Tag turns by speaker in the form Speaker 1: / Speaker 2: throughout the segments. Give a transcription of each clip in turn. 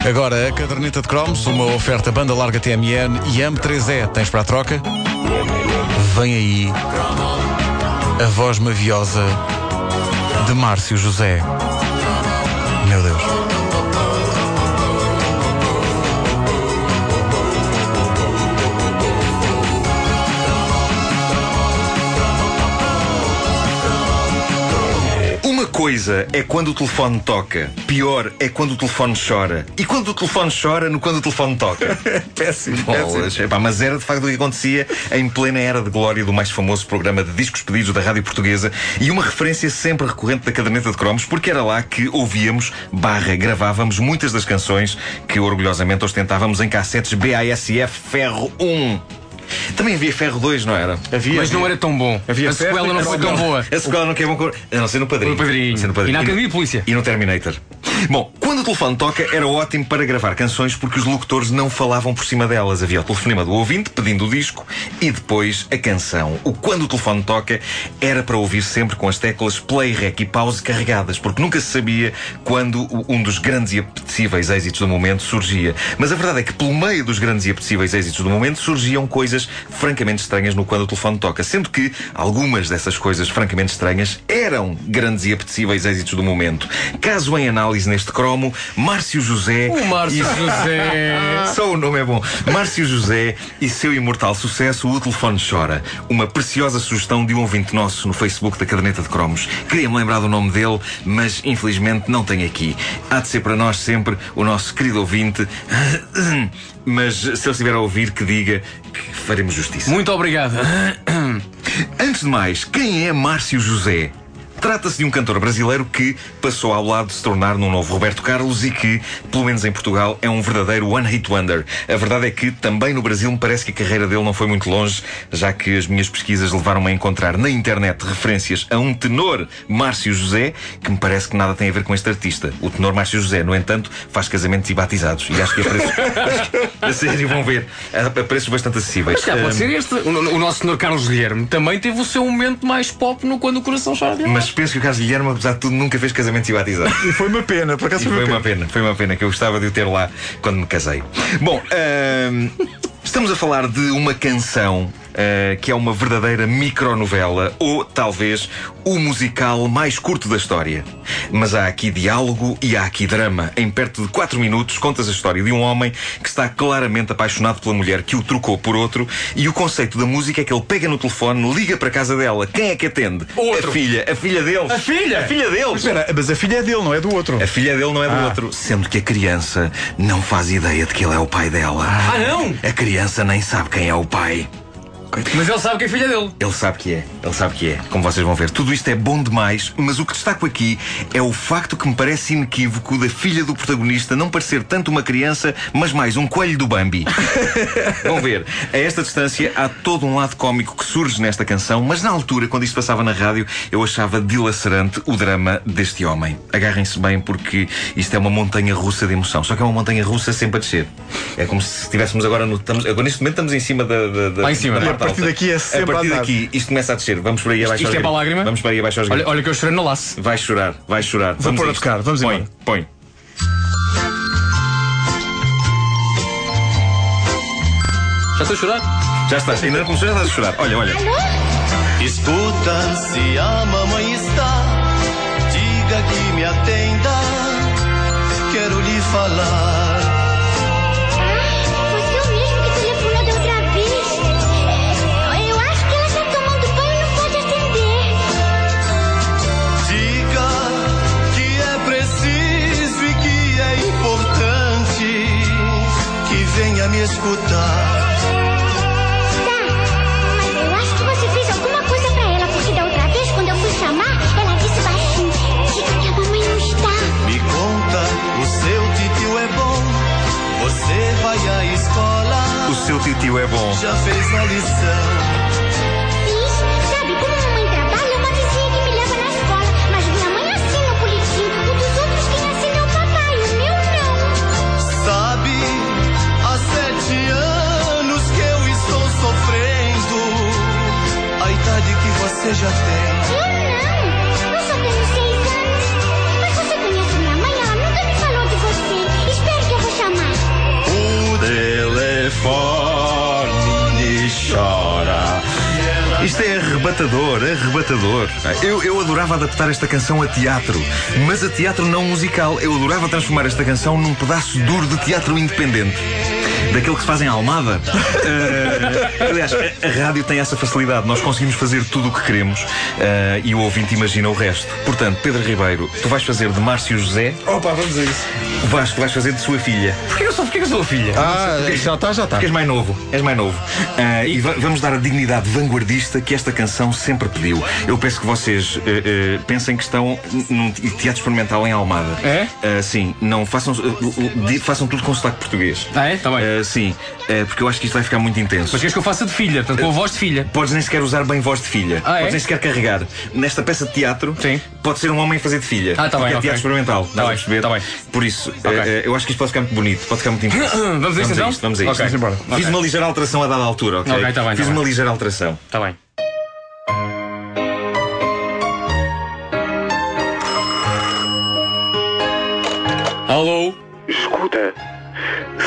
Speaker 1: Agora a caderneta de cromos, uma oferta banda larga TMN e AM3E. Tens para a troca? Vem aí a voz maviosa de Márcio José. Meu Deus.
Speaker 2: Uma coisa é quando o telefone toca, pior é quando o telefone chora. E quando o telefone chora, no quando o telefone toca.
Speaker 3: Péssimo,
Speaker 2: Bolas. Epá, mas era de facto o que acontecia em plena era de glória do mais famoso programa de discos pedidos da rádio portuguesa e uma referência sempre recorrente da caderneta de cromos, porque era lá que ouvíamos, barra, gravávamos muitas das canções que orgulhosamente ostentávamos em cassetes BASF Ferro 1. Também havia Ferro 2, não era?
Speaker 3: Havia,
Speaker 4: Mas não
Speaker 3: havia.
Speaker 4: era tão bom.
Speaker 3: Havia
Speaker 4: a sequela
Speaker 3: ferro,
Speaker 4: não
Speaker 3: era
Speaker 4: foi
Speaker 3: bom.
Speaker 4: tão boa.
Speaker 2: A sequela não quer bom cor. A não ser no padrinho.
Speaker 4: No Padrinho.
Speaker 2: A não ser no
Speaker 4: E na Academia de Polícia.
Speaker 2: E no Terminator. Bom, quando o telefone toca, era ótimo para gravar canções porque os locutores não falavam por cima delas. Havia o telefonema do ouvinte pedindo o disco e depois a canção. O quando o telefone toca era para ouvir sempre com as teclas play, rec e pause carregadas, porque nunca se sabia quando o- um dos grandes e apetecíveis êxitos do momento surgia. Mas a verdade é que, pelo meio dos grandes e apetecíveis êxitos do momento, surgiam coisas francamente estranhas no quando o telefone toca, sendo que algumas dessas coisas francamente estranhas eram grandes e apetecíveis êxitos do momento. Caso em análise neste cromo, Márcio José.
Speaker 4: O Márcio José.
Speaker 2: Só o nome é bom. Márcio José e seu imortal sucesso, O Telefone Chora. Uma preciosa sugestão de um ouvinte nosso no Facebook da Caderneta de Cromos. Queria-me lembrar do nome dele, mas infelizmente não tem aqui. Há de ser para nós sempre o nosso querido ouvinte. Mas se ele estiver a ouvir, que diga que faremos justiça.
Speaker 4: Muito obrigado.
Speaker 2: Antes de mais, quem é Márcio José? Trata-se de um cantor brasileiro que passou ao lado de se tornar num novo Roberto Carlos e que, pelo menos em Portugal, é um verdadeiro one hit wonder. A verdade é que também no Brasil me parece que a carreira dele não foi muito longe, já que as minhas pesquisas levaram-me a encontrar na internet referências a um tenor Márcio José, que me parece que nada tem a ver com este artista. O tenor Márcio José, no entanto, faz casamentos e batizados. E acho que a preços. acho que- a sério, vão ver. A, a preços bastante acessíveis.
Speaker 4: Já
Speaker 2: Ahm,
Speaker 4: pode ser este. O, o nosso senhor Carlos Guilherme também teve o seu momento mais pop no Quando o Coração Chora de Amor.
Speaker 2: Mas penso que o Carlos Guilherme, apesar de tudo, nunca fez casamentos e batizados.
Speaker 3: E foi uma pena, por
Speaker 2: E
Speaker 3: acaso
Speaker 2: foi uma pena, foi uma pena que eu gostava de o ter lá quando me casei. Bom, ahm, estamos a falar de uma canção ah, que é uma verdadeira micronovela ou talvez o musical mais curto da história. Mas há aqui diálogo e há aqui drama. Em perto de 4 minutos contas a história de um homem que está claramente apaixonado pela mulher que o trocou por outro e o conceito da música é que ele pega no telefone, liga para a casa dela. Quem é que atende?
Speaker 4: Outro.
Speaker 2: A filha, a filha deles.
Speaker 4: A filha?
Speaker 2: A filha deles.
Speaker 3: Espera, mas a filha é dele, não é do outro.
Speaker 2: A filha dele não é do outro. Sendo que a criança não faz ideia de que ele é o pai dela.
Speaker 4: Ah, não?
Speaker 2: A criança nem sabe quem é o pai.
Speaker 4: Mas ele sabe que é filha dele.
Speaker 2: Ele sabe que é, ele sabe que é, como vocês vão ver. Tudo isto é bom demais, mas o que destaco aqui é o facto que me parece inequívoco da filha do protagonista não parecer tanto uma criança, mas mais um coelho do Bambi. vão ver, a esta distância há todo um lado cómico que surge nesta canção, mas na altura, quando isto passava na rádio, eu achava dilacerante o drama deste homem. Agarrem-se bem porque isto é uma montanha russa de emoção, só que é uma montanha russa sempre a descer. É como se estivéssemos agora no. Estamos, agora neste momento estamos em cima da. da, da
Speaker 4: Lá em cima.
Speaker 2: da
Speaker 4: E a
Speaker 2: parte
Speaker 3: partir
Speaker 2: alta.
Speaker 3: daqui é sempre
Speaker 2: A partir
Speaker 3: a andar.
Speaker 2: daqui isto começa a descer. Vamos por aí abaixo.
Speaker 4: isto
Speaker 2: aos
Speaker 4: é
Speaker 2: gritos.
Speaker 4: para a lágrima?
Speaker 2: Vamos por aí abaixo aos
Speaker 4: Olha,
Speaker 2: gritos.
Speaker 4: olha que eu chorei no laço.
Speaker 2: Vai chorar, vai chorar. Vamos
Speaker 3: pôr a
Speaker 2: isto.
Speaker 3: tocar, vamos
Speaker 2: põe,
Speaker 3: embora.
Speaker 2: Põe.
Speaker 4: Já estou a chorar?
Speaker 2: Já estás, ainda não começou, já estás a chorar. Olha, olha.
Speaker 5: Escuta, se a mamãe está, diga que me atenda. Quero lhe falar.
Speaker 6: Você é o mesmo que telefonou da outra vez? Eu acho que ela está tomando banho e não pode atender.
Speaker 5: Diga que é preciso e que é importante que venha me escutar.
Speaker 6: Tá, mas eu acho que você fez alguma coisa pra ela, porque da outra vez, quando eu fui chamar, ela disse baixinho: Diga que a mamãe não está.
Speaker 5: Me conta, o seu titio é bom. Você vai à
Speaker 2: O
Speaker 5: escola,
Speaker 2: seu titio é bom.
Speaker 5: já fez a lição.
Speaker 6: Fiz, sabe, como a mamãe trabalha, é uma vizinha que me leva na escola. Mas minha mãe assina o boletim, o dos outros quem assina é o papai, o meu não.
Speaker 5: Sabe, há sete anos que eu estou sofrendo a idade que você já tem.
Speaker 6: Eu não! Eu só tenho seis anos. Mas você conhece minha mãe? Ela nunca me falou de você. Espero que eu vou
Speaker 2: Isto é arrebatador, arrebatador. Eu, eu adorava adaptar esta canção a teatro, mas a teatro não musical. Eu adorava transformar esta canção num pedaço duro de teatro independente. Daquele que se faz em Almada. Eh, aliás, a, a rádio tem essa facilidade. Nós conseguimos fazer tudo o que queremos eh, e o ouvinte imagina o resto. Portanto, Pedro Ribeiro, tu vais fazer de Márcio José,
Speaker 3: Opa, vamos a isso.
Speaker 2: o Vasco vais fazer de sua filha. Porquê que eu sou, porquê que eu sou a filha?
Speaker 1: Ah, já está, já está.
Speaker 2: Porque és mais novo, és mais novo. Ah, e va- vamos dar a dignidade vanguardista que esta canção sempre pediu. Eu peço que vocês eh, eh, pensem que estão n- num te- teatro experimental em Almada.
Speaker 4: É?
Speaker 2: Ah, sim, não, façam, eh, di- façam tudo com sotaque português.
Speaker 4: Ah, é? Tá bem.
Speaker 2: Ah, sim, eh, porque eu acho que isto vai ficar muito intenso.
Speaker 4: Mas queres que eu faça de filha, portanto, com a voz de filha.
Speaker 2: Podes nem sequer usar bem voz de filha.
Speaker 4: Ah, é?
Speaker 2: Podes nem sequer carregar. Nesta peça de teatro,
Speaker 4: Sim.
Speaker 2: pode ser um homem a fazer de filha.
Speaker 4: Ah, tá
Speaker 2: porque
Speaker 4: bem,
Speaker 2: é
Speaker 4: ok.
Speaker 2: teatro experimental.
Speaker 4: Tá
Speaker 2: estás a
Speaker 4: bem,
Speaker 2: perceber?
Speaker 4: tá bem.
Speaker 2: Por isso, eh, eh, eu acho que isto pode ficar muito bonito, pode ficar muito intenso.
Speaker 4: Vamos a isto, então?
Speaker 2: isto, vamos a isto.
Speaker 4: Ok. Vamos embora.
Speaker 2: Fiz
Speaker 4: Ok.
Speaker 2: uma ligeira alteração a dada altura, ok?
Speaker 4: Ok, tá bem,
Speaker 2: Fiz
Speaker 4: tá
Speaker 2: uma
Speaker 4: bem.
Speaker 2: ligeira alteração.
Speaker 4: Tá bem. Alô?
Speaker 7: Escuta,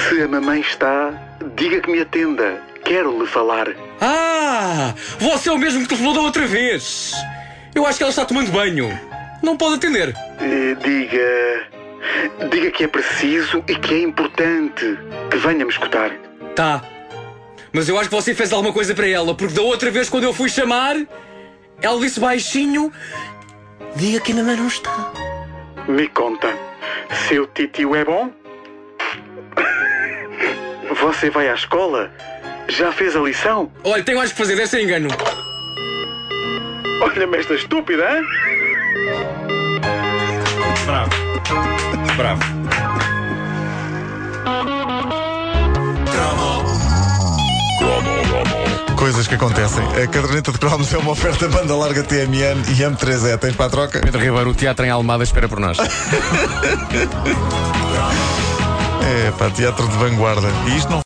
Speaker 7: se a mamãe está, diga que me atenda. Quero lhe falar.
Speaker 4: Ah! Você é o mesmo que telefonou da outra vez! Eu acho que ela está tomando banho. Não pode atender.
Speaker 7: Eh, Diga. Diga que é preciso e que é importante que venha me escutar.
Speaker 4: Tá. Mas eu acho que você fez alguma coisa para ela, porque da outra vez, quando eu fui chamar, ela disse baixinho: Diga que a mamãe não está.
Speaker 7: Me conta, seu titio é bom? Você vai à escola? Já fez a lição?
Speaker 4: Olha, tenho mais que fazer, deve ser engano.
Speaker 7: Olha-me esta estúpida, hein?
Speaker 2: Bravo. Bravo.
Speaker 1: Coisas que acontecem. A caderneta de cromos é uma oferta banda larga TMN e M3E. Tens para a troca?
Speaker 4: Pedro Ribeiro, o teatro em Almada espera por nós.
Speaker 1: É, para teatro de vanguarda. E isto não